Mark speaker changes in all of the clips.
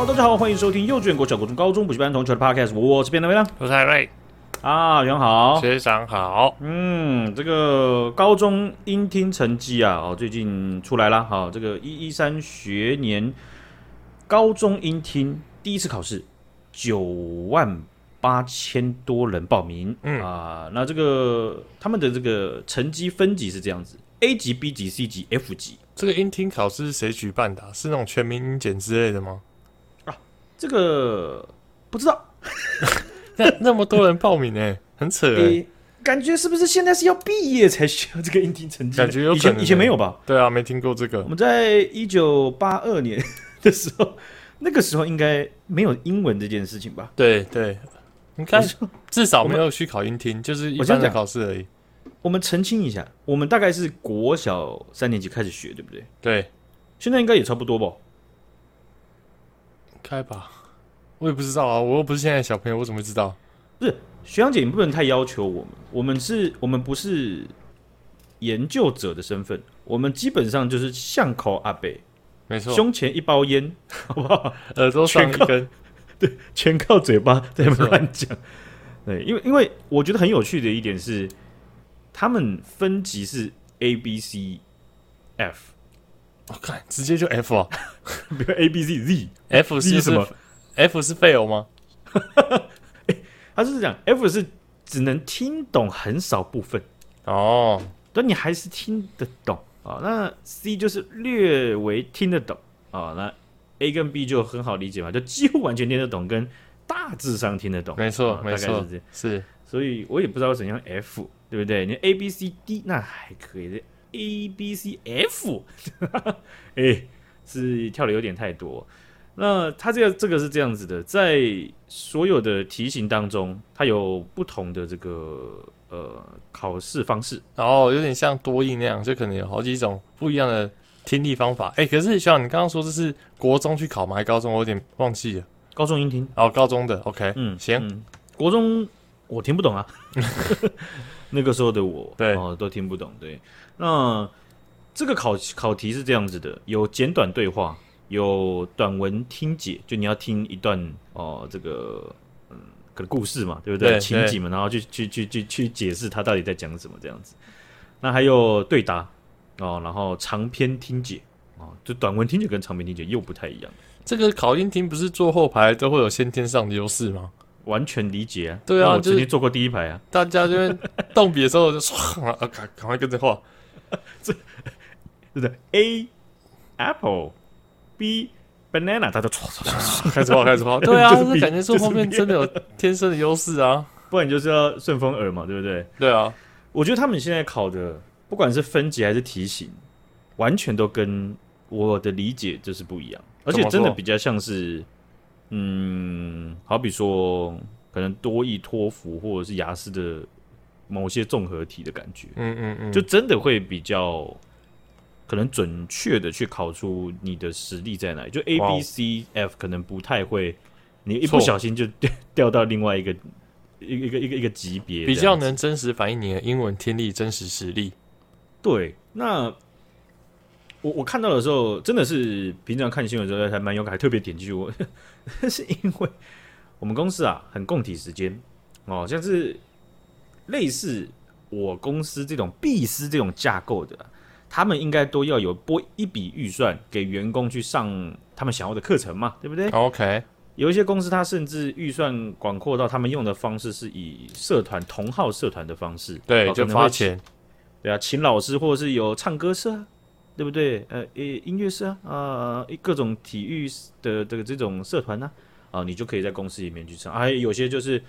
Speaker 1: 哦，大家好，欢迎收听幼稚园、国小、国中、高中补习班同学的 Podcast，我是边的维拉
Speaker 2: 我是海瑞，
Speaker 1: 啊，袁好。
Speaker 2: 学长好。
Speaker 1: 嗯，这个高中音听成绩啊，哦，最近出来了，好、这个一一三学年高中音听第一次考试，九万八千多人报名，
Speaker 2: 嗯
Speaker 1: 啊，那这个他们的这个成绩分级是这样子，A 级、B 级、C 级、F 级，
Speaker 2: 这个音听考试是谁举办的啊、是那种全民英检之类的吗？
Speaker 1: 这个不知道，
Speaker 2: 那那么多人报名哎、 很扯哎、
Speaker 1: 诶感觉是不是现在是要毕业才需要这个音听成绩呢？
Speaker 2: 感觉有
Speaker 1: 以
Speaker 2: 可能
Speaker 1: 前以前没有吧？
Speaker 2: 对啊，没听过这个
Speaker 1: 我。们在一九八二年的时候，那个时候应该没有英文这件事情吧？
Speaker 2: 对对，应该
Speaker 1: 我
Speaker 2: 至少没有去考音听，就是一
Speaker 1: 我这
Speaker 2: 般
Speaker 1: 样
Speaker 2: 的
Speaker 1: 讲
Speaker 2: 考试而已。
Speaker 1: 我们澄清一下，我们大概是国小三年级开始学，对不对？
Speaker 2: 对，
Speaker 1: 现在应该也差不多吧？
Speaker 2: 开吧。我也不知道啊，我又不是现在的小朋友，我怎么会知道？
Speaker 1: 学长姐，你不能太要求我们，我们是我们不是研究者的身份，我们基本上就是巷口阿北，
Speaker 2: 没错，
Speaker 1: 胸前一包烟，好不好？
Speaker 2: 耳朵上一根，
Speaker 1: 全靠嘴巴在那
Speaker 2: 没错
Speaker 1: 边乱讲。 对，因为因为我觉得很有趣的一点是，他们分级是 A B C F，
Speaker 2: 我看、哦直接就 F 啊
Speaker 1: 比如 A B C Z，
Speaker 2: ，F
Speaker 1: 是
Speaker 2: 是
Speaker 1: 什么
Speaker 2: 是？F 是 fail 吗？
Speaker 1: 他是讲 F 是只能听懂很少部分，
Speaker 2: 哦，
Speaker 1: 但你还是听得懂啊。那 C 就是略微听得懂啊。那 A 跟 B 就很好理解嘛，就几乎完全听得懂，跟大致上听得懂。
Speaker 2: 没错
Speaker 1: 啊
Speaker 2: 没
Speaker 1: 大概
Speaker 2: 错
Speaker 1: 是这样。
Speaker 2: 哦是
Speaker 1: 所以我也不知道怎样 F，对不对？你 A B C D 那还可以，A B C F，哎、是跳的有点太多。那它这个这个是这样子的，在所有的题型当中，它有不同的这个呃考试方式。
Speaker 2: 然后有点像多义那样，就可能有好几种不一样的听力方法。哎，可是学长，你刚刚说这是国中去考吗？还是高中？我有点忘记了。
Speaker 1: 高中音听，
Speaker 2: 哦，高中的，OK，
Speaker 1: 嗯，
Speaker 2: 行
Speaker 1: 嗯国中我听不 懂啊，那个时候的我，
Speaker 2: 对
Speaker 1: 哦，都听不懂。对，那这个考考题是这样子的：有简短对话，有短文听解，就你要听一段哦，这个嗯，可能故事嘛，对不
Speaker 2: 对
Speaker 1: 情景嘛，然后去去去去去解释他到底在讲什么这样子。那还有对答哦，然后长篇听解哦，就短文听解跟长篇听解又不太一样，
Speaker 2: 这个考音听不是坐后排都会有先天上的优势吗？
Speaker 1: 完全理解啊。
Speaker 2: 对啊
Speaker 1: 那我
Speaker 2: 就
Speaker 1: 曾
Speaker 2: 是
Speaker 1: 经坐过第一排啊。
Speaker 2: 大家就会动笔的时候就唰 啊，赶赶快跟着 画。
Speaker 1: 对不对？A apple B banana，他就唰唰唰唰，
Speaker 2: 开始画，开始画。对啊，
Speaker 1: 就是比
Speaker 2: 这感觉说后面真的有天生的优势啊。
Speaker 1: 不然你就是要顺风耳嘛，对不对？
Speaker 2: 对啊，
Speaker 1: 我觉得他们现在考的，不管是分级还是题型，完全都跟我的理解就是不一样，而且真的比较像是，嗯，好比说可能多益、托福或者是雅思的某些综合体的感觉，
Speaker 2: 嗯嗯嗯，
Speaker 1: 就真的会比较可能准确的去考出你的实力在哪里。就 A
Speaker 2: 哇
Speaker 1: B
Speaker 2: 哦
Speaker 1: C F 可能不太会，你一
Speaker 2: 错
Speaker 1: 不小心就掉到另外一个一个一个一个一个级别这样子，
Speaker 2: 比较能真实反映你的英文听力真实实力。
Speaker 1: 对。那我我看到的时候，真的是平常看新闻的时候还蛮有感，还特别点进去我， 是因为我们公司啊很供体时间哦，像是类似我公司这种必司这种架构的啊、他们应该都要有拨一笔预算给员工去上他们想要的课程嘛，对不对？
Speaker 2: OK，
Speaker 1: 有一些公司，它甚至预算广阔到他们用的方式是以社团同号社团的方式，
Speaker 2: 对，
Speaker 1: 哦
Speaker 2: 就发，钱。
Speaker 1: 可能会请对啊，请老师或者是有唱歌社啊，对不对？呃，诶，音乐社啊，啊、呃，各种体育的这个这种社团呢、啊，你就可以在公司里面去上。啊还、有些就是，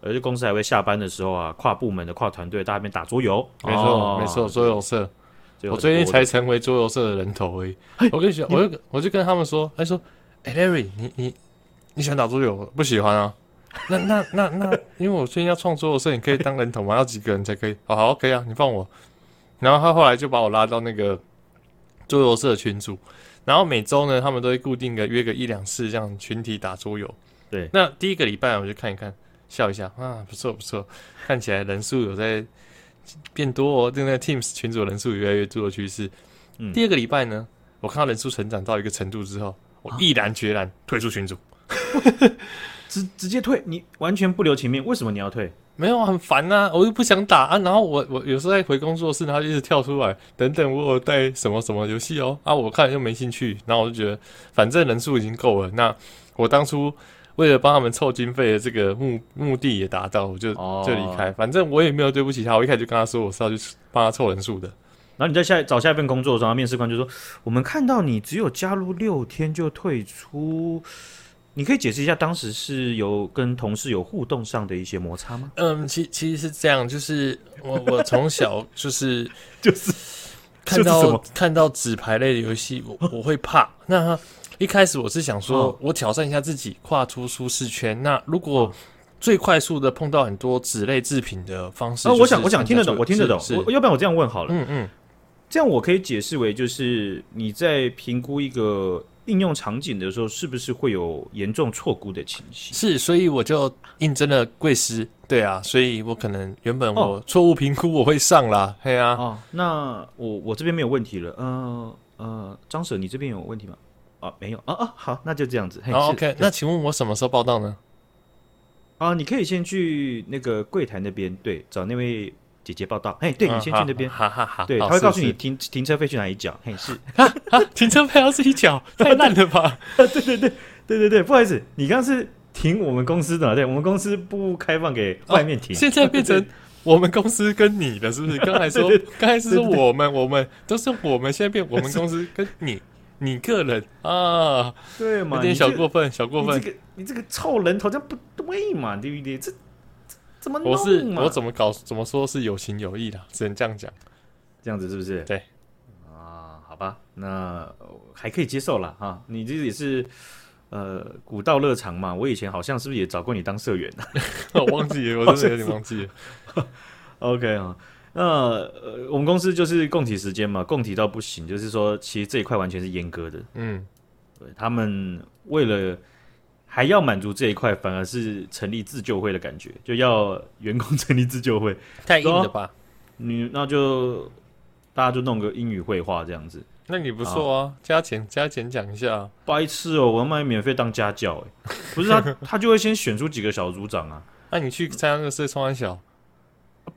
Speaker 1: 呃，就公司还会下班的时候啊，跨部门的、跨团队，大家边打桌游，
Speaker 2: 没错
Speaker 1: 哦
Speaker 2: 没错，桌游社。
Speaker 1: 所以
Speaker 2: 我
Speaker 1: 很
Speaker 2: 最近
Speaker 1: 多
Speaker 2: 才成为桌游社的人头而已。我跟你讲，我就跟我就跟他们说，他说：“哎、l a r r y 你你你喜欢打桌游？我不喜欢啊。 那那那那，因为我最近要创桌游社，你可以当人头吗？要几个人才可以？好好，可以啊，你放我。然后他后来就把我拉到那个桌游社的群组，然后每周呢，他们都会固定个约个一两次这样群体打桌游。
Speaker 1: 对
Speaker 2: 那第一个礼拜我就看一看，笑一下啊，不错不错，看起来人数有在变多哦，那个 Teams 群组人数有越来越多的趋势。
Speaker 1: 嗯
Speaker 2: 第二个礼拜呢，我看到人数成长到一个程度之后，我毅然决然退出群组。
Speaker 1: 直直接退，你完全不留情面，为什么你要退？
Speaker 2: 没有啊，很烦呐、我又不想打啊。然后我我有时候在回工作室，然后就一直跳出来，等等我有带什么什么游戏哦啊，我看了又没兴趣，然后我就觉得反正人数已经够了，那我当初为了帮他们凑经费的这个目目的也达到，我就、
Speaker 1: 哦
Speaker 2: 就离开，反正我也没有对不起他，我一开始就跟他说我是要去帮他凑人数的，
Speaker 1: 然后你在下找下一份工作的时候，面试官就说：“我们看到你只有加入六天就退出，你可以解释一下当时是有跟同事有互动上的一些摩擦吗
Speaker 2: 嗯，其其实是这样，就是我我从小就是？”
Speaker 1: 就是
Speaker 2: 看
Speaker 1: 就是什
Speaker 2: 到
Speaker 1: 么
Speaker 2: 看到纸牌类的游戏，我我会怕。那一开始我是想说
Speaker 1: 哦，
Speaker 2: 我挑战一下自己，跨出舒适圈。那
Speaker 1: 嗯
Speaker 2: 如果最快速的碰到很多纸类制品的方式，
Speaker 1: 啊，
Speaker 2: 就
Speaker 1: 我
Speaker 2: 是
Speaker 1: 想我想听得懂，
Speaker 2: 参加
Speaker 1: 我听得懂
Speaker 2: 是，
Speaker 1: 我
Speaker 2: 是
Speaker 1: 要不然我这样问好了，
Speaker 2: 嗯嗯，
Speaker 1: 这样我可以解释为就是你在评估一个应用场景的时候，是不是会有严重错估的情形？
Speaker 2: 是，所以我就应征了贵师。对啊，所以我可能原本
Speaker 1: 哦
Speaker 2: 我错误评估我会上啦，嘿啊，
Speaker 1: 哦，那我我这边没有问题了。呃呃，张 Sir，你这边有问题吗？啊，没有啊啊，好，那就这样子。嘿
Speaker 2: 然后
Speaker 1: 是
Speaker 2: 哦 OK，那请问我什么时候报到呢？
Speaker 1: 啊，你可以先去那个柜台那边，对，找那位姐姐报道。嘿，对你
Speaker 2: 嗯
Speaker 1: 先去那边，
Speaker 2: 哈哈哈，
Speaker 1: 对，
Speaker 2: 好
Speaker 1: 他会
Speaker 2: 是
Speaker 1: 告诉你
Speaker 2: 是
Speaker 1: 停停车费去哪里缴。嘿，是，
Speaker 2: 啊，停车费要自己缴，太烂了吧？
Speaker 1: 对对对，不好意思，你刚刚是停我们公司的嘛，对我们公司不开放给外面停。
Speaker 2: 现在变成我们公司跟你了，是不是？刚才说，刚才是说我们，我们都是我们，现在变我们公司跟你，你个人啊，
Speaker 1: 对嘛，
Speaker 2: 有点
Speaker 1: 你这
Speaker 2: 小过分，小过分
Speaker 1: 你。这个你这个臭人头，这样不对嘛，对不对？这这怎么弄
Speaker 2: 我是
Speaker 1: 嘛
Speaker 2: 我怎么搞怎么说是有情有义 啦，只能这样讲。
Speaker 1: 这样子是不是？
Speaker 2: 对。
Speaker 1: 啊，好吧，那呃还可以接受啦。哈。你这也是呃古道热肠嘛，我以前好像是不是也找过你当社员 啊
Speaker 2: 我忘记了，我真的有点忘记了。
Speaker 1: ？OK 啊。那呃，我们公司就是供体时间嘛，供体到不行，就是说，其实这一块完全是阉割的。
Speaker 2: 嗯，
Speaker 1: 对他们为了还要满足这一块，反而是成立自救会的感觉，就要员工 成立自救会。
Speaker 2: 太
Speaker 1: 硬了
Speaker 2: 吧？
Speaker 1: 你那就大家就弄个英语绘画这样子，
Speaker 2: 那你不错
Speaker 1: 哦
Speaker 2: 啊，加减加减讲一下啊。
Speaker 1: 白痴哦、我要卖免费当家教哎、不是他他就会先选出几个小组长啊，
Speaker 2: 那你去参加那个社创小，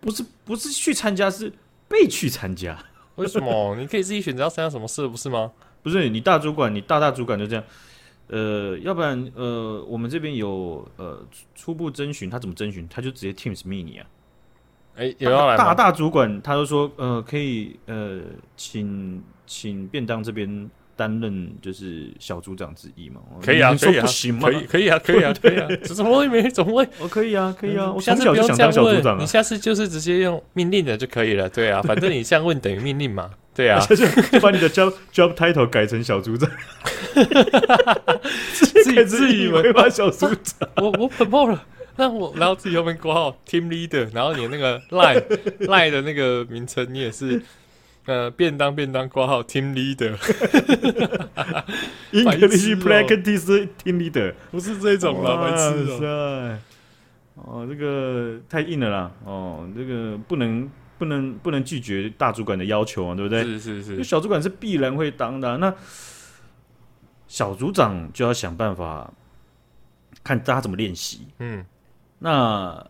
Speaker 1: 不是不是去参加是被去参加，
Speaker 2: 为什么？你可以自己选择要参加什么社，不是吗？
Speaker 1: 不是你大主管你大大主管就这样，呃，要不然呃我们这边有呃初初步征询，他怎么征询他就直接 Teams 密你啊，
Speaker 2: 哎，有要来
Speaker 1: 大
Speaker 2: 吗？
Speaker 1: 大主管他就说呃可以呃请请便当这边担任就是小组长之一嘛，我
Speaker 2: 可以啊，
Speaker 1: 你
Speaker 2: 可
Speaker 1: 说
Speaker 2: 以啊，
Speaker 1: 不行吗
Speaker 2: 可？以，可 以啊，可以啊，可以啊，怎么会没？怎么会？
Speaker 1: 我可以啊，可以啊，
Speaker 2: 嗯
Speaker 1: 我
Speaker 2: 下
Speaker 1: 从
Speaker 2: 次
Speaker 1: 小
Speaker 2: 不
Speaker 1: 就
Speaker 2: 用
Speaker 1: 想
Speaker 2: 这样
Speaker 1: 当小组
Speaker 2: 问，
Speaker 1: 长啊
Speaker 2: 你，下次就是直接用命令的就可以了。对啊，反正你这样问等于命令嘛。对 啊，
Speaker 1: 就就把你的 job job title 改成小组长，
Speaker 2: 自己
Speaker 1: 改
Speaker 2: 自
Speaker 1: 成
Speaker 2: 己以
Speaker 1: 以
Speaker 2: 为
Speaker 1: 为吧小组 长，
Speaker 2: 我我本爆了，那我然后自己后面挂号 team leader，然后你那个 line line 的那个名称你也是。呃，便当便当挂号 team leader 白痴哦
Speaker 1: English practice team leader，
Speaker 2: 不是这种了，白痴哦、
Speaker 1: 塞！哦，这个太硬了啦，哦，这个不能不能不能拒绝大主管的要求啊，对不对？
Speaker 2: 是是
Speaker 1: 因为
Speaker 2: 是，
Speaker 1: 小主管是必然会当的啊、那小组长就要想办法看大家怎么练习，
Speaker 2: 嗯，
Speaker 1: 那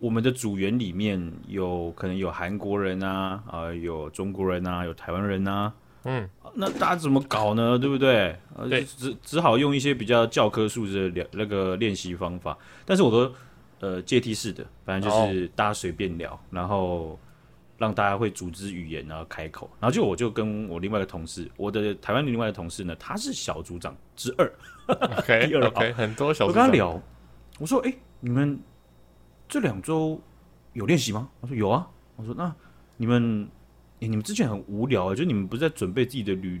Speaker 1: 我们的组员里面有可能有韩国人啊，啊、有中国人啊，有台湾人啊，
Speaker 2: 嗯，
Speaker 1: 那大家怎么搞呢？对不对？呃，
Speaker 2: 对
Speaker 1: 只只好用一些比较教科书的聊那个练习方法，但是我都呃阶梯式的，反正
Speaker 2: 哦
Speaker 1: 就是大家随便聊，然后让大家会组织语言，然后开口，然后就我就跟我另外一个同事，我的台湾另外一个同事呢，他是小组长之二，
Speaker 2: OK
Speaker 1: 第二
Speaker 2: OK，很多小
Speaker 1: 我
Speaker 2: 组
Speaker 1: 跟他
Speaker 2: 长
Speaker 1: 聊，我说：“哎、你们这两周有练习吗？”他说：“有啊。”我说：“那你们，哎、你们之前很无聊啊、就你们不是在准备自己的履，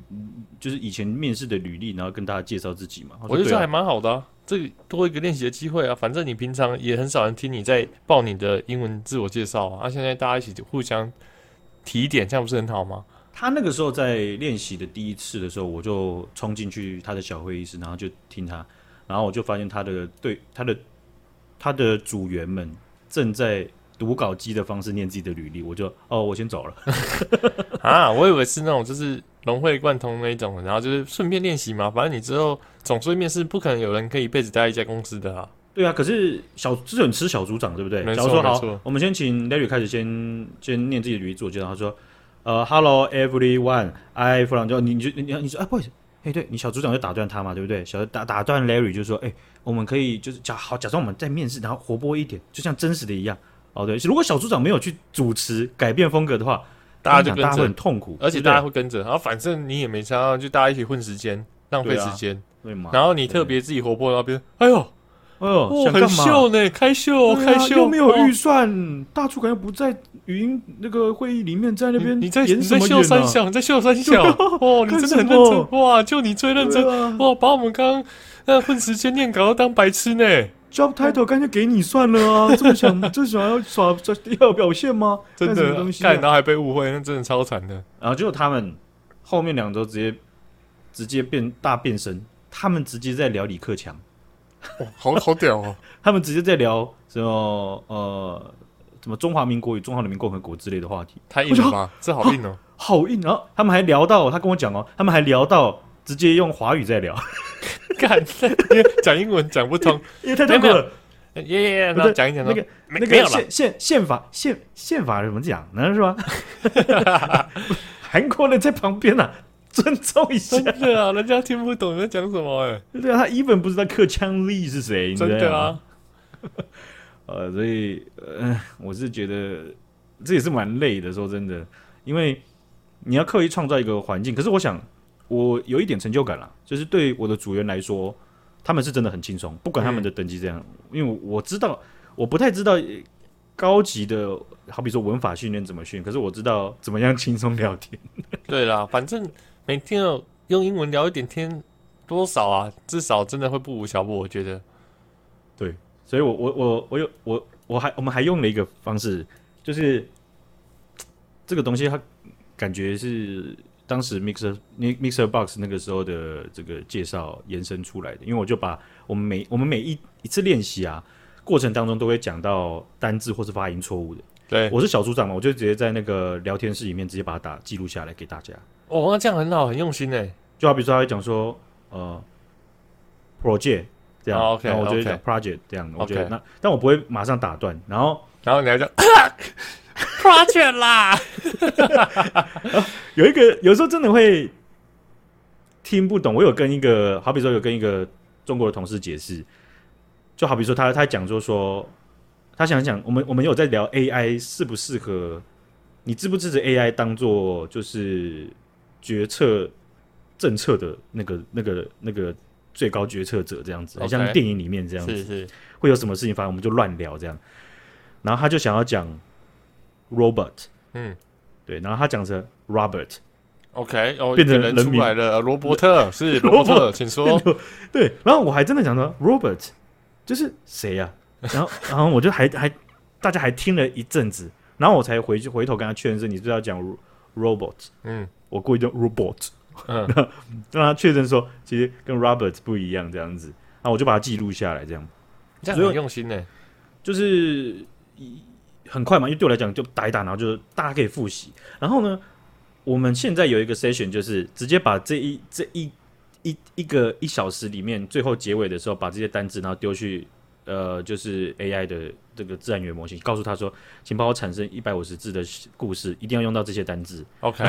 Speaker 1: 就是以前面试的履历，然后跟大家介绍自己吗？”他
Speaker 2: 我觉得
Speaker 1: 对
Speaker 2: 这
Speaker 1: 啊
Speaker 2: 还蛮好的、啊，这个多一个练习的机会啊。反正你平常也很少人听你在报你的英文自我介绍啊，啊现在大家一起互相提点，这样不是很好吗？
Speaker 1: 他那个时候在练习的第一次的时候，我就冲进去他的小会议室，然后就听他，然后我就发现他的对他的他的组员们正在读稿机的方式念自己的履历，我就哦，我先走了。
Speaker 2: 啊，我以为是那种就是融会贯通那一种，然后就是顺便练习嘛。反正你之后总是会面试，不可能有人可以一辈子待在一家公司的啊。
Speaker 1: 对啊，可是小之前吃小组长对不对？
Speaker 2: 没
Speaker 1: 假
Speaker 2: 错
Speaker 1: 如说
Speaker 2: 没错
Speaker 1: 好，我们先请 Larry 开始先先念自己的履历自我介绍，他说：“呃，Hello everyone，I from 就你你就你你你说哎不好意思，哎对你小组长就打断他嘛，对不对？小打打断 Larry 就说：哎，我们可以就是假好假装我们在面试，然后活泼一点，就像真实的一样。哦对，如果小组长没有去主持改变风格的话，
Speaker 2: 大家就
Speaker 1: 跟你
Speaker 2: 跟
Speaker 1: 讲大家会
Speaker 2: 着
Speaker 1: 很，痛苦，
Speaker 2: 而且
Speaker 1: 对不对
Speaker 2: 大家会跟着。然后反正你也没差，就大家一起混时间，浪费
Speaker 1: 对啊
Speaker 2: 时间。
Speaker 1: 对嘛？
Speaker 2: 然后你特别自己活泼，然后别人哎呦，
Speaker 1: 哎呦、
Speaker 2: 哦，
Speaker 1: 想
Speaker 2: 很
Speaker 1: 干嘛？
Speaker 2: 秀呢，开秀，
Speaker 1: 对啊
Speaker 2: 开秀，
Speaker 1: 又没有
Speaker 2: 哦
Speaker 1: 预算，大厨感觉不在语音那个会议里面，在那边
Speaker 2: 你在
Speaker 1: 演
Speaker 2: 你
Speaker 1: 什
Speaker 2: 在
Speaker 1: 么
Speaker 2: 秀
Speaker 1: 演
Speaker 2: 三
Speaker 1: 啊？
Speaker 2: 小，你在秀 三小，哦，你
Speaker 1: 干
Speaker 2: 真的很
Speaker 1: 什
Speaker 2: 认
Speaker 1: 么
Speaker 2: 真哇！就你最认真
Speaker 1: 对啊
Speaker 2: 哇，把我们刚刚那混时间念稿都当白痴呢。
Speaker 1: ，job title 干脆给你算了啊！这么想，这想要耍耍要表现吗？
Speaker 2: 真
Speaker 1: 干什
Speaker 2: 的
Speaker 1: 么东，西啊、
Speaker 2: 干然后还被误会，那真的超惨的。
Speaker 1: 然后就他们后面两周直接直接变大变身，他们直接在聊李克强，
Speaker 2: 哇，好好屌哦！
Speaker 1: 他们直接在聊什么呃什么中华民国与中华人民共和国之类的话题。
Speaker 2: 太硬了吧，这好 硬哦！
Speaker 1: 好硬！然后他们还聊到，他跟我讲哦，他们还聊到直接用华语在聊，
Speaker 2: 干，因为讲英文讲 不通，
Speaker 1: 因为太痛苦
Speaker 2: 没有没
Speaker 1: 了。
Speaker 2: 耶耶，耶然
Speaker 1: 不
Speaker 2: 后
Speaker 1: 对
Speaker 2: 讲一讲，
Speaker 1: 那个
Speaker 2: 没
Speaker 1: 那
Speaker 2: 没
Speaker 1: 个
Speaker 2: 有了，
Speaker 1: 宪宪宪法宪宪法怎么讲呢？是吧？ 韩国人在旁边啊，尊重一下
Speaker 2: 真。的啊，人家听不懂你在讲什么哎，
Speaker 1: 对啊，他 even 不知道客腔力是谁，你知
Speaker 2: 真的
Speaker 1: 道
Speaker 2: 啊
Speaker 1: 吗？，呃，所以呃，我是觉得这也是蛮累的，说真的，因为你要刻意创造一个环境。可是我想，我有一点成就感啦，就是对我的组员来说，他们是真的很轻松，不管他们的等级怎样，因为我知道，我不太知道呃高级的，好比说文法训练怎么训，可是我知道怎么样轻松聊天。
Speaker 2: 对啦，反正每天有用英文聊一点天，多少啊？至少真的会不无小补，我觉得。
Speaker 1: 所以我我我我有我我还我们还用了一个方式，就是这个东西它感觉是当时 mixer mixer box 那个时候的这个介绍延伸出来的，因为我就把我们每我们每一一次练习啊过程当中都会讲到单字或是发音错误的。
Speaker 2: 对，
Speaker 1: 我是小组长嘛，我就直接在那个聊天室里面直接把它打记录下来给大家。
Speaker 2: 哦，那这样很好，很用心哎。
Speaker 1: 就好比说他会讲说呃 project 这样，
Speaker 2: 哦，OK，
Speaker 1: 然后我就会
Speaker 2: OK
Speaker 1: 讲 project 这样，我觉得
Speaker 2: OK
Speaker 1: 那但我不会马上打断，然后。
Speaker 2: 然后你还 讲 project 啦，
Speaker 1: 有一个有时候真的会听不懂。我有跟一个，好比说有跟一个中国的同事解释，就好比说他他讲说说，他想想我们我们有在聊 AI 适不适合，你支不支持 AI 当做就是决策政策的那个那个那个最高决策者这样子，很像
Speaker 2: OK
Speaker 1: 电影里面这样子。
Speaker 2: 是是
Speaker 1: 会有什么事情发生，我们就乱聊这样。然后他就想要讲 Robert，
Speaker 2: 嗯，
Speaker 1: 对，然后他讲成 Robert，
Speaker 2: ，OK，哦，
Speaker 1: 变成
Speaker 2: 有人
Speaker 1: 人
Speaker 2: 出
Speaker 1: 名
Speaker 2: 来了，罗伯 特是罗
Speaker 1: 罗
Speaker 2: 伯
Speaker 1: 伯
Speaker 2: 特，请说。
Speaker 1: 对，然后我还真的想说 Robert 就是谁呀、然后 然后我就还还大家还听了一阵子，然后我才回去回头跟他确认是你是不是要讲 Ro- Robot，
Speaker 2: 嗯
Speaker 1: 我故意叫 Robot，
Speaker 2: 嗯，
Speaker 1: 让他确认说其实跟 Robert 不一样这样子，然后我就把它记录下来这样。
Speaker 2: 这样很用心欸呢。
Speaker 1: 就是一很快嘛，因为对我来讲就打一打，然后就是大家可以复习。然后呢，我们现在有一个 session，就是直接把这一这一一一个一小时里面，最后结尾的时候，把这些单字然后丢去呃，就是 AI 的这个自然语言模型，告诉他说，请帮我产生一百五十字的故事，一定要用到这些单字。
Speaker 2: OK，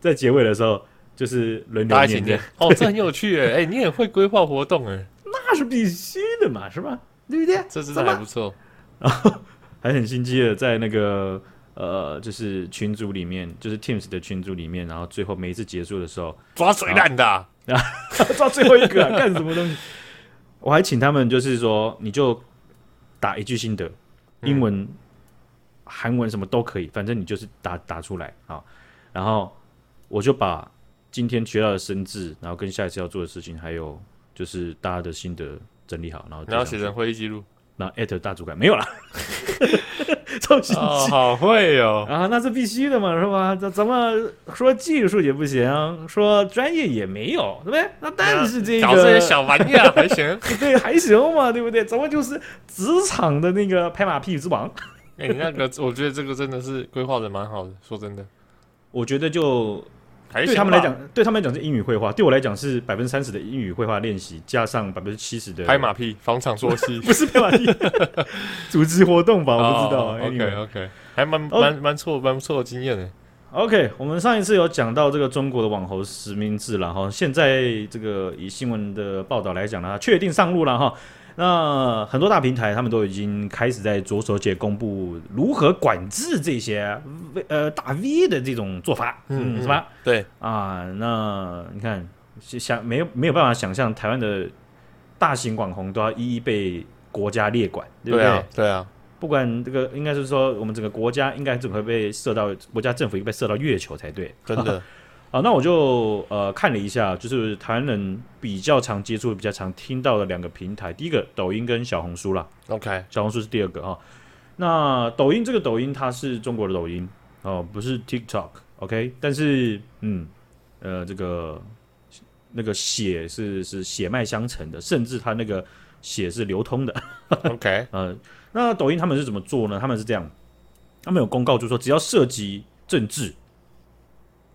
Speaker 1: 在结尾的时候，就是轮流
Speaker 2: 大家一起
Speaker 1: 念
Speaker 2: 念
Speaker 1: 的，。
Speaker 2: 哦，这很有趣哎，哎，你也会规划活动哎，
Speaker 1: 那啊是必须的嘛，是吧？对不对？
Speaker 2: 这真
Speaker 1: 怎
Speaker 2: 的
Speaker 1: 么
Speaker 2: 还不错。
Speaker 1: 还很心机的在那个呃，就是群组里面，就是 Teams 的群组里面，然后最后每一次结束的时候，
Speaker 2: 抓水烂的啊，
Speaker 1: 到最后一个、 啊、干什么东西？我还请他们就是说，你就打一句心得，
Speaker 2: 嗯
Speaker 1: 英文、韩文什么都可以，反正你就是打打出来啊。好然后我就把今天学到的生字，然后跟下一次要做的事情，还有就是大家的心得整理好，然后
Speaker 2: 然后
Speaker 1: 丢上
Speaker 2: 写
Speaker 1: 去
Speaker 2: 成会议记录。
Speaker 1: 然后艾特大主管没有啦， 超心机。
Speaker 2: 哦，好会 哦。
Speaker 1: 啊，那是必须的嘛，是吧？ 咱咱们说技术也不行，说专业也没有，对不对？那 但是这个
Speaker 2: 嗯搞这些小玩意啊儿还行。
Speaker 1: 对 还行嘛，对不对？咱们就是职场的那个拍马屁之王。
Speaker 2: 哎，你那个，我觉得这个真的是规划的蛮好的，说真的。
Speaker 1: 我觉得就
Speaker 2: 还
Speaker 1: 对
Speaker 2: 行
Speaker 1: 他们来
Speaker 2: 吧
Speaker 1: 讲，对他们来讲是英语绘画，对我来讲是百分之三十的英语绘画练习，加上百分之七十的
Speaker 2: 拍马屁、逢场作戏
Speaker 1: ，不是拍马屁， 组织活动吧，我不知道。
Speaker 2: 哦
Speaker 1: anyway
Speaker 2: OK OK，还蛮
Speaker 1: 哦
Speaker 2: 蛮蛮错蛮不错的经验呢。
Speaker 1: OK，我们上一次有讲到这个中国的网红实名制了哈，现在这个以新闻的报道来讲呢，它确定上路了哈。那很多大平台他们都已经开始在着手且公布如何管制这些 V 呃大 V 的这种做法，嗯，是吧？？
Speaker 2: 对，
Speaker 1: 啊，那你看想想没有没有办法想象台湾的大型网红都要一一被国家列管，对不
Speaker 2: 对啊，对 啊，
Speaker 1: 不管这个，应该是说我们整个国家应该整个被射到国家政府应该被射到月球才对。
Speaker 2: 真的，
Speaker 1: 啊，那我就呃看了一下，就是台湾人比较常接触、比较常听到的两个平台，第一个抖音跟小红书啦，
Speaker 2: OK，
Speaker 1: 小红书是第二个哈、那抖音这个抖音它是中国的抖音哦，不是 TikTok，OK？、但是嗯呃这个那个血是是血脉相承的，甚至它那个血是流通的。
Speaker 2: OK，
Speaker 1: 呃，那抖音他们是怎么做呢？他们是这样，他们有公告，就说只要涉及政治，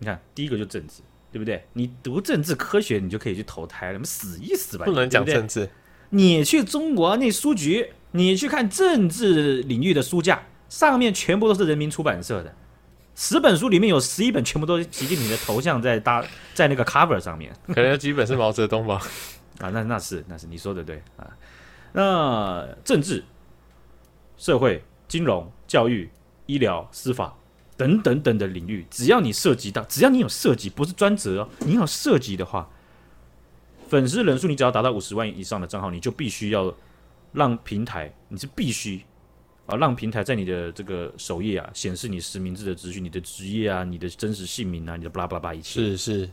Speaker 1: 你看第一个就政治，对不对？你读政治科学，你就可以去投胎了，你们死一死吧，
Speaker 2: 不能讲
Speaker 1: 对不对
Speaker 2: 政治，
Speaker 1: 你去中国那书局，你去看政治领域的书架，上面全部都是人民出版社的。十本书里面有十一本全部都是习近平的头像在搭在那个 cover 上面，
Speaker 2: 可能基本是毛泽东吧。
Speaker 1: 啊，那那是那是你说的对啊。那政治、社会、金融、教育、医疗、司法等等等的领域，只要你涉及到，只要你有涉及，不是专责哦，你有涉及的话，粉丝人数你只要达到五十万以上的账号，你就必须要让平台，你是必须。啊，让平台在你的这个首页啊显示你实名制的资讯、你的职业啊、你的真实姓名啊、你的巴拉巴拉巴拉一切。
Speaker 2: 是是，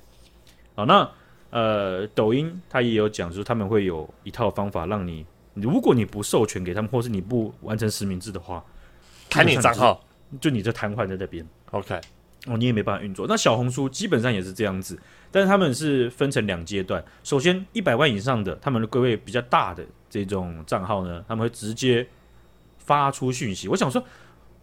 Speaker 1: 好，那呃，抖音它也有讲，就是他们会有一套方法让你，如果你不授权给他们，或是你不完成实名制的话，
Speaker 2: 砍你账号。
Speaker 1: 就你就瘫痪在那边，
Speaker 2: OK，
Speaker 1: 哦，你也没办法运作。那小红书基本上也是这样子，但是他们是分成两阶段。首先，一百万以上的，他们的归位比较大的这种账号呢，他们会直接发出讯息。我想说。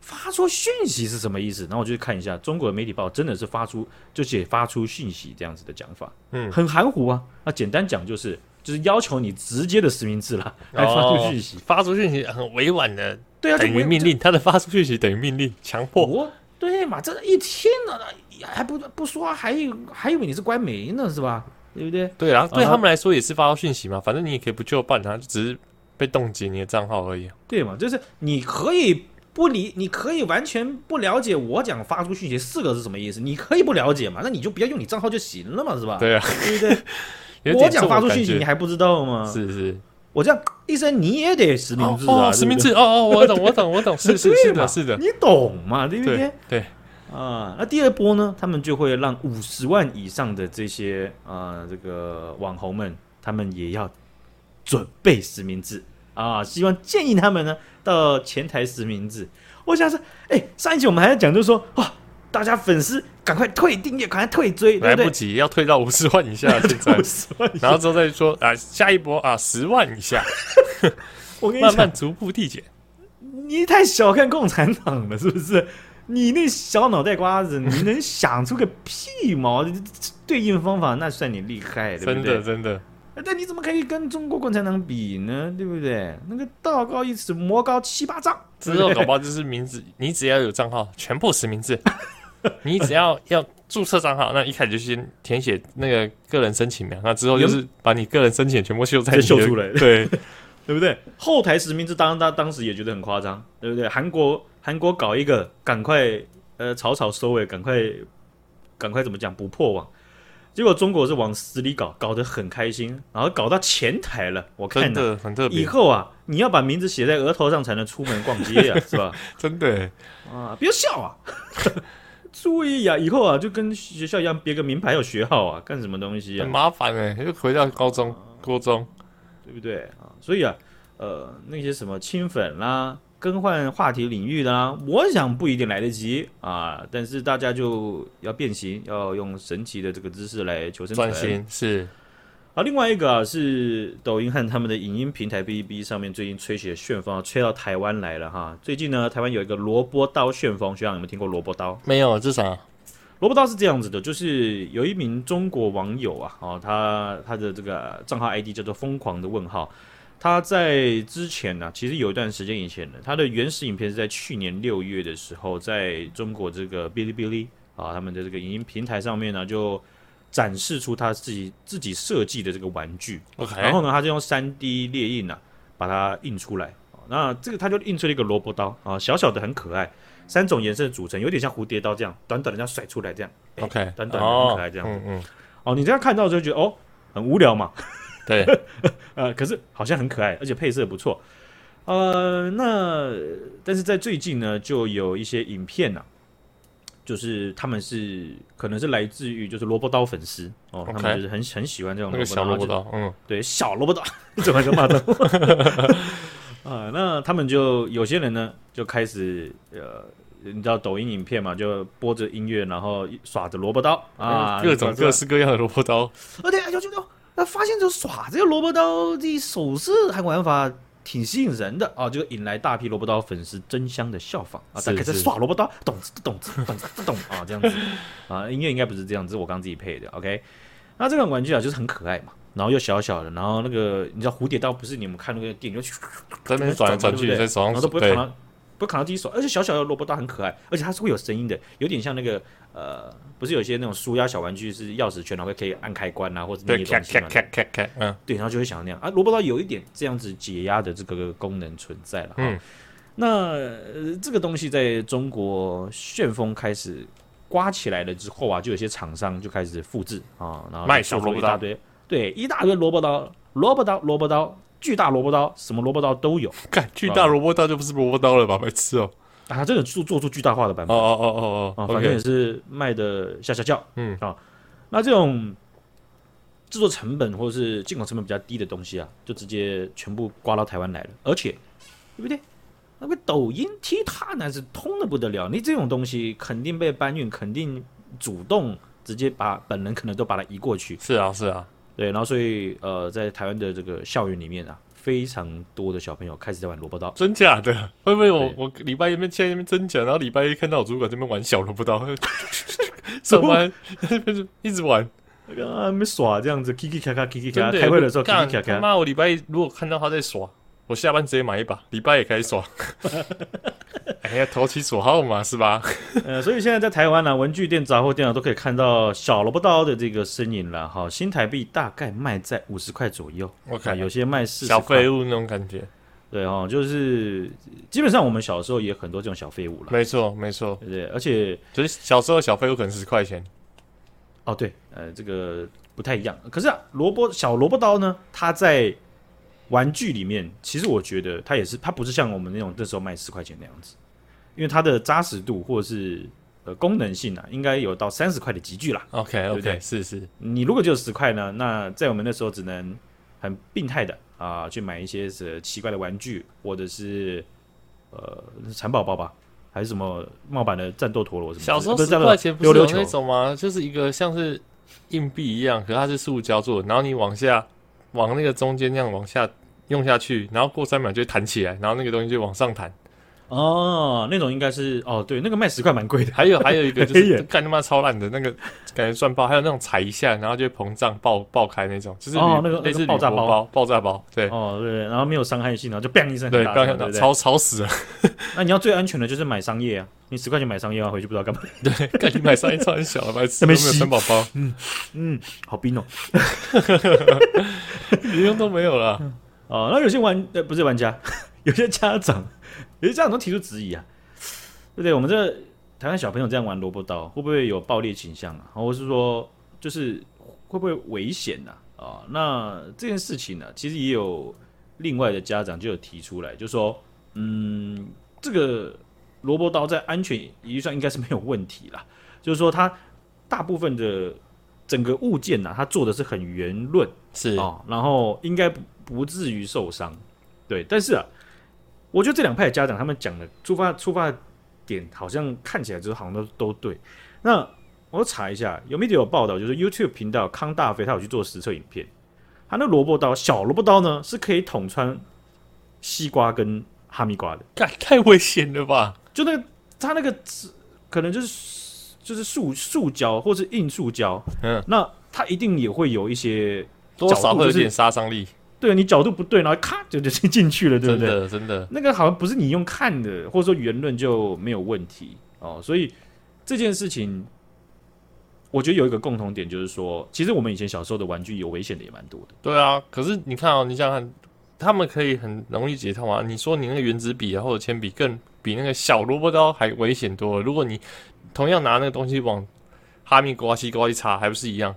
Speaker 1: 发出讯息是什么意思？然后我就去看一下中国的媒体报，真的是发出就写发出讯息这样子的讲法。
Speaker 2: 嗯，
Speaker 1: 很含糊啊。那简单讲就是，就是要求你直接的实名制啦，来发出讯息。
Speaker 2: 发出讯息很委婉的，
Speaker 1: 对啊，
Speaker 2: 等于命令。他的发出讯息等于命令，强
Speaker 1: 我
Speaker 2: 迫。
Speaker 1: 哦对嘛，这一天了，还不不说，还以还以为你是官媒呢，是吧？对不对？
Speaker 2: 对啊，对
Speaker 1: 啊
Speaker 2: 他们来说也是发出讯息嘛，反正你也可以不就办他，就只是被冻结你的账号而已。
Speaker 1: 对嘛，就是你可以不理，你可以完全不了解我讲发出讯息四个是什么意思，你可以不了解嘛，那你就不要用你账号就行了嘛，是吧？
Speaker 2: 对啊，
Speaker 1: 对不对？
Speaker 2: 有
Speaker 1: 我
Speaker 2: 点这
Speaker 1: 讲
Speaker 2: 种
Speaker 1: 发出
Speaker 2: 感
Speaker 1: 讯息
Speaker 2: 觉
Speaker 1: 你还不知道吗？
Speaker 2: 是是
Speaker 1: 我这样医生你也得实名制啊，
Speaker 2: 哦，实
Speaker 1: 对不
Speaker 2: 名
Speaker 1: 对
Speaker 2: 制哦哦，我懂我懂我懂，是是
Speaker 1: 对
Speaker 2: 是
Speaker 1: 嘛
Speaker 2: 的 是的，
Speaker 1: 你懂嘛？对不对
Speaker 2: 对？对，
Speaker 1: 啊，那第二波呢，他们就会让五十万以上的这些呃这个网红们，他们也要准备实名制啊，希望建议他们呢到前台实名制。我想是，哎、上一集我们还在讲，就是说哇，大家粉丝赶快退订阅，赶快退追，对
Speaker 2: 来
Speaker 1: 不
Speaker 2: 不
Speaker 1: 对？
Speaker 2: 及要退到五十万以 下，现在
Speaker 1: 五，十万以上，
Speaker 2: 然后之后再说啊，下一波啊，十万以下，
Speaker 1: 我跟你
Speaker 2: 慢
Speaker 1: 讲，
Speaker 2: 慢逐步递减。
Speaker 1: 你太小看共产党了，是不是？你那小脑袋瓜子，你能想出个屁毛对应方法，那算你厉害，哎对不
Speaker 2: 真
Speaker 1: 对？
Speaker 2: 的真的，
Speaker 1: 哎但你怎么可以跟中国共产党比呢？对不对？那个道高一尺，魔高七八 丈。
Speaker 2: 之后搞不好就是名字，你只要有账号，全部实名 制。你只要要注册账号，那一开始就先填写那个个人申请表，那之后就是把你个人申请全部秀在
Speaker 1: 再秀
Speaker 2: 你的
Speaker 1: 出来
Speaker 2: 对，
Speaker 1: 对不对？后台实名制当当当时也觉得很夸张，对不对？韩国韩国搞一个，赶快呃草草收尾，赶快赶快怎么讲补破网。结果中国是往死里搞，搞得很开心，然后搞到前台了。我看
Speaker 2: 真
Speaker 1: 了
Speaker 2: 的很特
Speaker 1: 以
Speaker 2: 别，
Speaker 1: 后啊，你要把名字写在额头上才能出门逛街啊，是吧？
Speaker 2: 真的
Speaker 1: 啊，不要笑啊！ 注意呀、以后啊，就跟学校一样，别个名牌有学号啊，干什么东西
Speaker 2: 很
Speaker 1: 啊，
Speaker 2: 麻烦哎、又回到高中、
Speaker 1: 哦
Speaker 2: 高中，
Speaker 1: 对不对啊？所以啊，呃，那些什么清粉啦、更换话题领域的啦，我想不一定来得及啊，但是大家就要变形，要用神奇的这个知识来求生
Speaker 2: 专
Speaker 1: 存。
Speaker 2: 心是
Speaker 1: 啊，另外一个啊是抖音和他们的影音平台 B B 上面最近吹起的旋风、啊，吹到台湾来了哈。最近呢，台湾有一个萝卜刀旋风，学长有没有听过萝卜刀？
Speaker 2: 没有至少
Speaker 1: 萝卜刀是这样子的，就是有一名中国网友啊，哦，他他的这个账号 ID 叫做“疯狂的问号”，他在之前呢、其实有一段时间以前呢，他的原始影片是在去年六月的时候，在中国这个哔哩哔哩啊，他们的这个影音平台上面呢，就展示出他自己自己设计的这个玩具。
Speaker 2: OK，
Speaker 1: 然后呢，他就用三 D 列印啊，把它印出来。哦那这个他就印出了一个萝卜刀啊，小小的很可爱，三种颜色组成，有点像蝴蝶刀这样，短短的这样甩出来这样。
Speaker 2: OK，
Speaker 1: 哎短短的
Speaker 2: 哦
Speaker 1: 很可爱这样子
Speaker 2: 嗯嗯，
Speaker 1: 哦，你这样看到就觉得哦，很无聊嘛，
Speaker 2: 对，
Speaker 1: 呃，可是好像很可爱，而且配色不错。呃，那但是在最近呢，就有一些影片呐、啊就是他们是可能是来自于就是萝卜刀粉丝哦，他
Speaker 2: OK
Speaker 1: 们就是很很喜欢这种
Speaker 2: 那个小萝卜，
Speaker 1: 然后
Speaker 2: 刀，嗯
Speaker 1: 就对小萝卜刀， 怎么就骂到？ 啊、那他们就有些人呢就开始呃，你知道抖音影片嘛，就播着音乐，然后耍着萝卜刀啊，
Speaker 2: 哎各种
Speaker 1: 各
Speaker 2: 嗯各式各样的萝卜刀，
Speaker 1: 而且哎有就有，那发现就耍这个萝卜刀的手势和玩法挺吸引人的啊，就引来大批萝卜刀粉丝争相的效仿啊，
Speaker 2: 是
Speaker 1: 大概在
Speaker 2: 是
Speaker 1: 耍萝卜刀，咚子咚子咚子咚啊这样子啊，音乐应该不是这样子，我刚自己配的，OK。那这款玩具啊，就是很可爱嘛，然后又小小的，然后那个你知道蝴蝶刀不是你们看那个电影就
Speaker 2: 在那边转来转去，
Speaker 1: 对不对
Speaker 2: 在手
Speaker 1: 然后
Speaker 2: 上
Speaker 1: 都不会
Speaker 2: 对
Speaker 1: 砍到，不会砍到自己手，而且小小的萝卜刀很可爱，而且它是会有声音的，有点像那个呃，不是有些那种舒压小玩具是钥匙圈，然后可以按开关啊，或者
Speaker 2: 对，
Speaker 1: 捏
Speaker 2: 咔
Speaker 1: 东西
Speaker 2: 咔
Speaker 1: 嘛，
Speaker 2: 咔咔咔，嗯，
Speaker 1: 对，然后就会想要那样啊。萝卜刀有一点这样子解压的这个功能存在了。嗯
Speaker 2: 嗯，
Speaker 1: 那、呃这个东西在中国旋风开始刮起来了之后啊，就有些厂商就开始复制啊，然后就
Speaker 2: 卖出
Speaker 1: 下
Speaker 2: 萝卜
Speaker 1: 一大
Speaker 2: 刀
Speaker 1: 堆，对，一大堆萝卜刀，萝卜刀，萝卜刀，巨大萝卜刀，什么萝卜刀都有。
Speaker 2: 看巨大萝卜刀就不是萝卜刀了吧，白痴哦，
Speaker 1: 啊，这个做做出巨大化的版
Speaker 2: 哦
Speaker 1: 本
Speaker 2: 哦哦哦
Speaker 1: 啊，
Speaker 2: 哦
Speaker 1: 反正也
Speaker 2: ，OK，
Speaker 1: 是卖的下下叫，
Speaker 2: 嗯
Speaker 1: 啊，那这种制作成本或者是进口成本比较低的东西啊，就直接全部刮到台湾来了，而且对不对？那个抖音、踢踏那是通的不得了，你这种东西肯定被搬运，肯定主动直接把本人可能都把它移过去，
Speaker 2: 是啊是啊，
Speaker 1: 对，然后所以呃，在台湾的这个校园里面啊，非常多的小朋友开始在玩萝卜刀，
Speaker 2: 真假的？会不会我
Speaker 1: 对
Speaker 2: 我礼拜一面现在那边真假，然后礼拜一看到我主管这边玩小 萝卜刀，上班那边就一直玩，
Speaker 1: 那个啊，没耍这样子，K K 咔咔，K K
Speaker 2: 真
Speaker 1: 咔，
Speaker 2: 的
Speaker 1: 开会的时候 K
Speaker 2: 干
Speaker 1: K 咔
Speaker 2: 他
Speaker 1: 咔，
Speaker 2: 妈！我礼拜一如果看到他在耍，我下班直接买一把，礼拜也开始 耍。哎呀，投其所好嘛，是吧？
Speaker 1: 呃，所以现在在台湾呢、文具店、杂货店啊，都可以看到小萝卜刀的这个身影了。哈，新台币大概卖在五十块左右，
Speaker 2: 我
Speaker 1: 啊
Speaker 2: 看
Speaker 1: 有些卖四
Speaker 2: 小废
Speaker 1: 物，
Speaker 2: 物那种感觉，
Speaker 1: 对哦，就是基本上我们小时候也很多这种小废物了，
Speaker 2: 没错没错，
Speaker 1: 对不对？而且
Speaker 2: 就是小时候小废物可能十块钱，
Speaker 1: 哦，对，呃，这个不太一样。可是啊，萝卜小萝卜刀呢，它在玩具里面，其实我觉得它也是，它不是像我们那种那时候卖十块钱那样子，因为它的扎实度或者是呃功能性啊，应该有到三十块的集聚啦。
Speaker 2: OK
Speaker 1: 不对
Speaker 2: OK，是是，
Speaker 1: 你如果只有十块呢，那在我们那时候只能很病态的啊、去买一些呃奇怪的玩具，或者是呃蚕宝宝吧，还是什么冒版的战斗陀螺什么之类
Speaker 2: 小
Speaker 1: 的。
Speaker 2: 时候
Speaker 1: 不
Speaker 2: 十
Speaker 1: 是战斗
Speaker 2: 块钱不
Speaker 1: 溜
Speaker 2: 是
Speaker 1: 溜
Speaker 2: 有
Speaker 1: 球
Speaker 2: 那种吗？就是一个像是硬币一样，可它是塑胶做的，然后你往下往那个中间那样往下用下去，然后过三秒就会弹起来，然后那个东西就往上弹。
Speaker 1: 哦，那种应该是哦，对，那个卖十块蛮贵的。
Speaker 2: 还有还有一个 就
Speaker 1: 黑
Speaker 2: 是
Speaker 1: 眼
Speaker 2: 干他妈超烂的那个，感觉赚爆，还有那种踩一下然后就会膨胀爆爆开那种，就是铝
Speaker 1: 哦那个
Speaker 2: 类似
Speaker 1: 那个爆炸
Speaker 2: 铝箔包爆炸包，对、
Speaker 1: 哦，对，然后没有伤害性，然后就 bang 一声
Speaker 2: 对，
Speaker 1: 很
Speaker 2: 不
Speaker 1: 大声，
Speaker 2: 要看
Speaker 1: 对
Speaker 2: 到
Speaker 1: 不对？
Speaker 2: 超吵死了，
Speaker 1: 那你要最安全的就是买商业啊，你十块钱买商业啊，回去不知道干嘛。
Speaker 2: 对，感觉买上一超很小了，白痴
Speaker 1: 那
Speaker 2: 都没
Speaker 1: 边
Speaker 2: 有
Speaker 1: 吸
Speaker 2: 三宝包，
Speaker 1: 嗯，好冰哦。
Speaker 2: 一样都没有了，
Speaker 1: 哦，那有些玩呃不是玩家， 有些家长，有些家长都提出质疑啊，对不对？我们这台湾小朋友这样玩萝卜刀，会不会有暴力倾向啊？或者是说，就是会不会危险呢、啊？啊、那这件事情呢、其实也有另外的家长就有提出来，就说，嗯，这个萝卜刀在安全疑虑上应该是没有问题啦，就是说它大部分的整个物件呢、啊它做的是很圆润。
Speaker 2: 是
Speaker 1: 哦，然后应该不不至于受伤，对。但是啊，我觉得这两派的家长他们讲的出发出发点好像看起来就是好像都都对。那我查一下，有媒体有报道，就是 YouTube 频道康大飞他有去做实测影片，他那萝卜刀小萝卜刀呢是可以捅穿西瓜跟哈密瓜的，
Speaker 2: 干太危险了吧？
Speaker 1: 就那个他那个可能就是就是塑塑胶或是硬塑胶，
Speaker 2: 嗯，
Speaker 1: 那它一定也会有一些
Speaker 2: 多少会有
Speaker 1: 就是
Speaker 2: 点杀伤力，
Speaker 1: 对啊你角度不对，然后咔就就就进去了，对不
Speaker 2: 真
Speaker 1: 对？
Speaker 2: 的真的，
Speaker 1: 那个好像不是你用看的，或者说言论就没有问题哦。所以这件事情，我觉得有一个共同点，就是说，其实我们以前小时候的玩具有危险的也蛮多的。
Speaker 2: 对啊。可是你看哦，你想想看，他们可以很容易解套啊。你说你那个原子笔啊或者铅笔更比那个小萝卜刀还危险多了。如果你同样拿那个东西往哈密瓜、西瓜一插，还不是一样？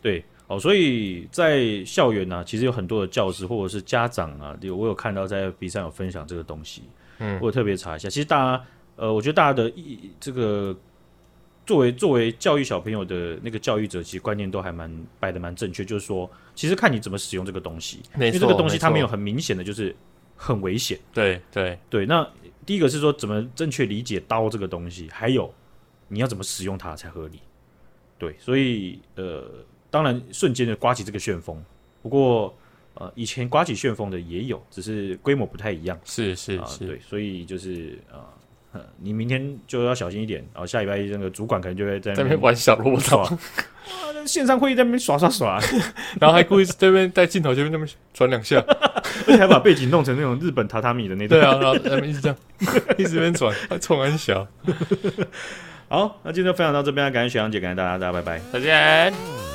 Speaker 1: 对哦，所以在校园呢、其实有很多的教师或者是家长啊，有我有看到在 B 站有分享这个东西，
Speaker 2: 嗯
Speaker 1: 我有特别查一下。其实大家，呃，我觉得大家的意这个作为作为教育小朋友的那个教育者，其实观念都还蛮摆的蛮正确，就是说，其实看你怎么使用这个东西。
Speaker 2: 没
Speaker 1: 因为
Speaker 2: 错，
Speaker 1: 这个东西
Speaker 2: 没错
Speaker 1: 它没有很明显的就是很危险。
Speaker 2: 对对
Speaker 1: 对，那第一个是说怎么正确理解刀这个东西，还有你要怎么使用它才合理。对，所以呃，当然瞬间的刮起这个旋风，不过呃，以前刮起旋风的也有，只是规模不太一样
Speaker 2: 是是
Speaker 1: 啊、
Speaker 2: 是，
Speaker 1: 对，所以就是呃。呃你明天就要小心一点，然后下礼拜那个主管可能就会在那
Speaker 2: 在那
Speaker 1: 边
Speaker 2: 边玩小萝卜刀
Speaker 1: 耍，，啊那线上会议在那边耍耍耍，
Speaker 2: 然后还故意这边在镜头前面那边转两 下，
Speaker 1: 而且还把背景弄成那种日本榻榻米的那种
Speaker 2: 对。啊，然后他们一直这样， 一直在那边转，还冲很小。
Speaker 1: 啊好，那今天就分享到这边，感谢雪阳姐，感谢大家，大家拜拜。
Speaker 2: 再见。
Speaker 3: Thank